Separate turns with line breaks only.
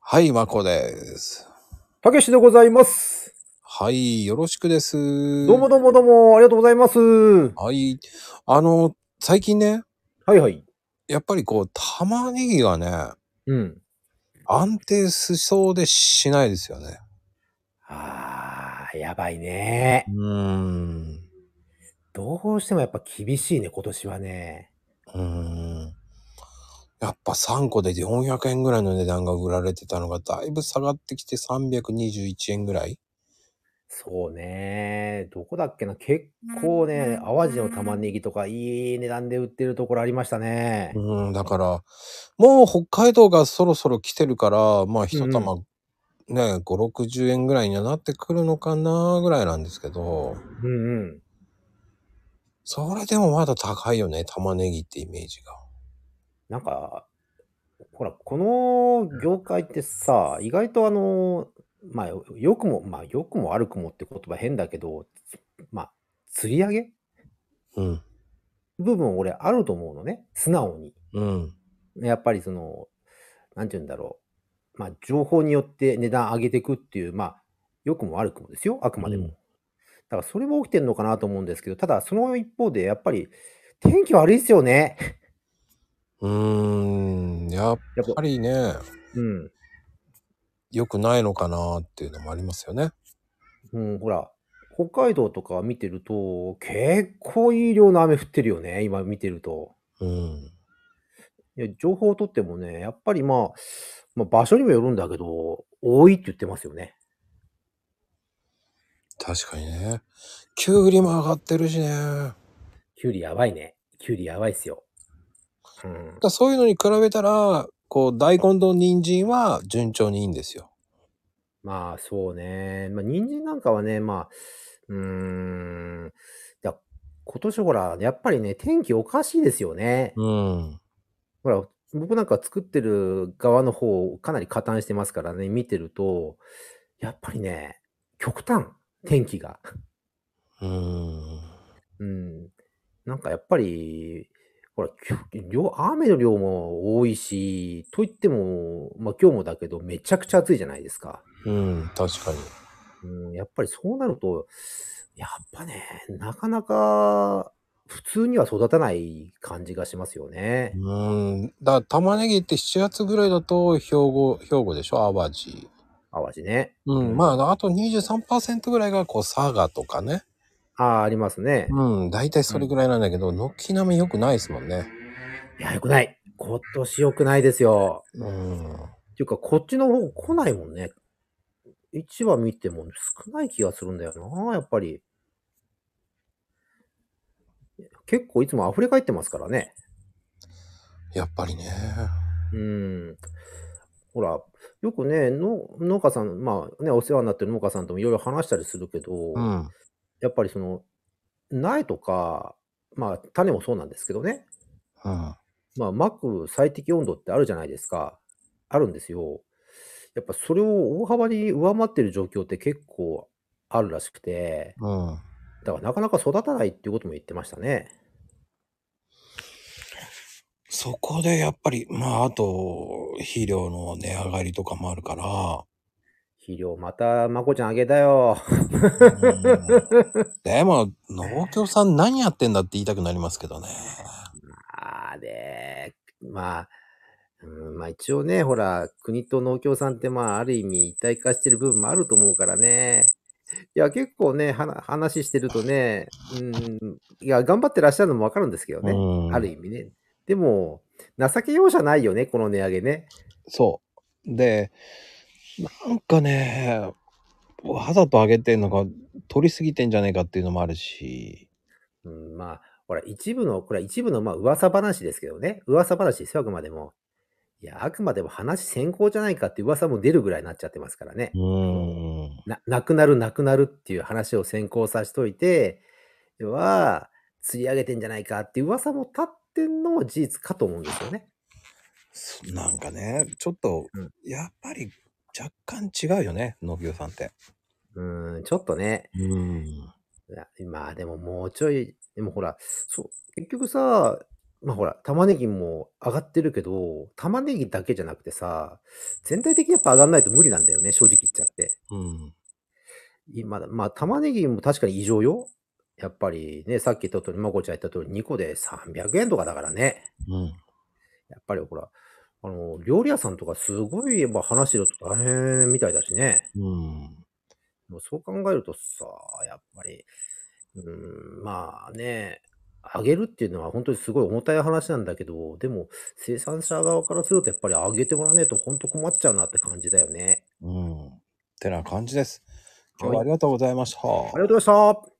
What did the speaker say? はい、まこです。
たけしでございます。
はい、よろしくです。
どうもどうもどうも、ありがとうございます。は
はい。あの、最近ね、
いはい。
やっぱりこう、玉ねぎがね、
うん。
安定しそうでしないですよね。
あー、やばいね
う。ーん。
どうしてもやっぱ厳しいね、今年はね。
うーん。やっぱ3個で400円ぐらいの値段が売られてたのが、だいぶ下がってきて321円ぐらい。
そうね。どこだっけな結構ね、淡路の玉ねぎとかいい値段で売ってるところありましたね。
うん、だから、もう北海道がそろそろ来てるから、まあ一玉、ね、5、60円ぐらいにはなってくるのかなぐらいなんですけど、
うんうん。
それでもまだ高いよね、玉ねぎってイメージが。
なんか、ほら、この業界ってさ、意外とあの、まあ、良くも、まあ、良くも悪くもって言葉変だけど、まあ、釣り上げ
うん、
部分俺あると思うのね。素直に。
うん、
やっぱりその、なんて言うんだろう。まあ、情報によって値段上げていくっていう、まあ、良くも悪くもですよ。あくまでも。
うん
だからそれも起きてるのかなと思うんですけど、ただその一方で、やっぱり、天気悪いですよね。
うーん、やっ
やっ
ぱ
ぱ、
りね、
うん。
良くないのかなっていうのもありますよね。
うん、ほら、北海道とか見てると、結構いい量の雨降ってるよね。今見てると。
うん、
いや情報を取ってもね、やっぱりまあ、まあ、場所にもよるんだけど、多いって言ってますよね。
確かにね。キュウリも上がってるしね。だか
キュウリやばいね。キュウリやばいっすよ。うん。
らそういうのに比べたら、こう、大根と人参は順調にいいんですよ。
まあそうね。まあ人参なんかはね、まあ、うーん。いや、今年ほら、やっぱりね、天気おかしいですよね。
うん。
ほら、僕なんか作ってる側の方、かなり加担してますからね、見てると、やっぱりね、極端、天気が。
うん。
うん。なんかやっぱり、ほら、きょ量雨の量も多いし、といっても、まあ今日もだけど、めちゃくちゃ暑いじゃないですか。
うん、確かに。
うん、やっぱりそうなると、やっぱね、なかなか普通には育たない感じがしますよね。
うーん。だから玉ねぎって7月ぐらいだと兵庫、兵庫でしょ淡路。
淡路ね。
うん。まあ、あと23%ぐらいがこう佐賀とかね。
ああ、ありますね。
うん。大体それぐらいなんだけど、軒並み良くないですもんね。
いや、よくない。今年よくないですよ。
うん。
っていうか、こっちの方来ないもんね。1話見ても少ない気がするんだよな、やっぱり。結構いつも溢れ返ってますからね。
やっぱりね。
うん。ほら、よくね、の農家さん、まあね、お世話になってる農家さんともいろいろ話したりするけど、
うん。
やっぱりその、苗とか、まあ種もそうなんですけどね、
うん。
まあ巻く最適温度ってあるじゃないですか。あるんですよ。やっぱそれを大幅に上回ってる状況って結構あるらしくて、
うん。
だからなかなか育たないっていうことも言ってましたね。
そこでやっぱり、まあ、あと、肥料の値上がりとかもある から。
肥料また、まこちゃんあげたよ。
うんでも、農協さん何やってんだって言いたくなりますけどね。
あれ、まあ、うん、まあ一応ね、ほら、国と農協さんってまあある意味一体化してる部分もあると思うからね。いや、結構ね、はな話してるとね、うん、いや、頑張ってらっしゃるのもわかるんですけどね。
うん
ある意味ね。でも、情け容赦ないよね、この値上げね。
そう。で、なんかね、わざと上げてんのか、取りすぎてんじゃねえかっていうのもあるし、
うん、まあ、ほら、一部の、これは一部の、まあ、噂話ですけどね。噂話ですよ、あくまでも。いや、あくまでも話先行じゃないかって噂も出るぐらいになっちゃってますからね。
うーん。
な、なくなるなくなるっていう話を先行させといて、要は、釣り上げてんじゃないかっていう噂も立ってんのも事実かと思うんですよね。
なんかね、ちょっと
うん、
やっぱり若干違うよね、農業さんって。
うん、ちょっとね。
うん。
いやまあでももうちょい、でもほら、そう、結局さ、まあほら、玉ねぎも上がってるけど、玉ねぎだけじゃなくてさ、全体的にやっぱ上がんないと無理なんだよね、正直言っちゃって。
うん。
今だ、まあ玉ねぎも確かに異常よ。やっぱりね、さっき言った通り、まこちゃん言った通り、2個で300円とかだからね。
うん。
やっぱりほら、あの、料理屋さんとかすごい、まあ話しろと大変みたいだしね。
うん。
もうそう考えるとさ、やっぱり、うーん、まあね、上げるっていうのは本当にすごい重たい話なんだけど、でも生産者側からするとやっぱり上げてもらわないと本当困っちゃうなって感じだよね。
うん。ってな感じです。今日
はい。
は
あ
ありがとうございました。
りがとうございました。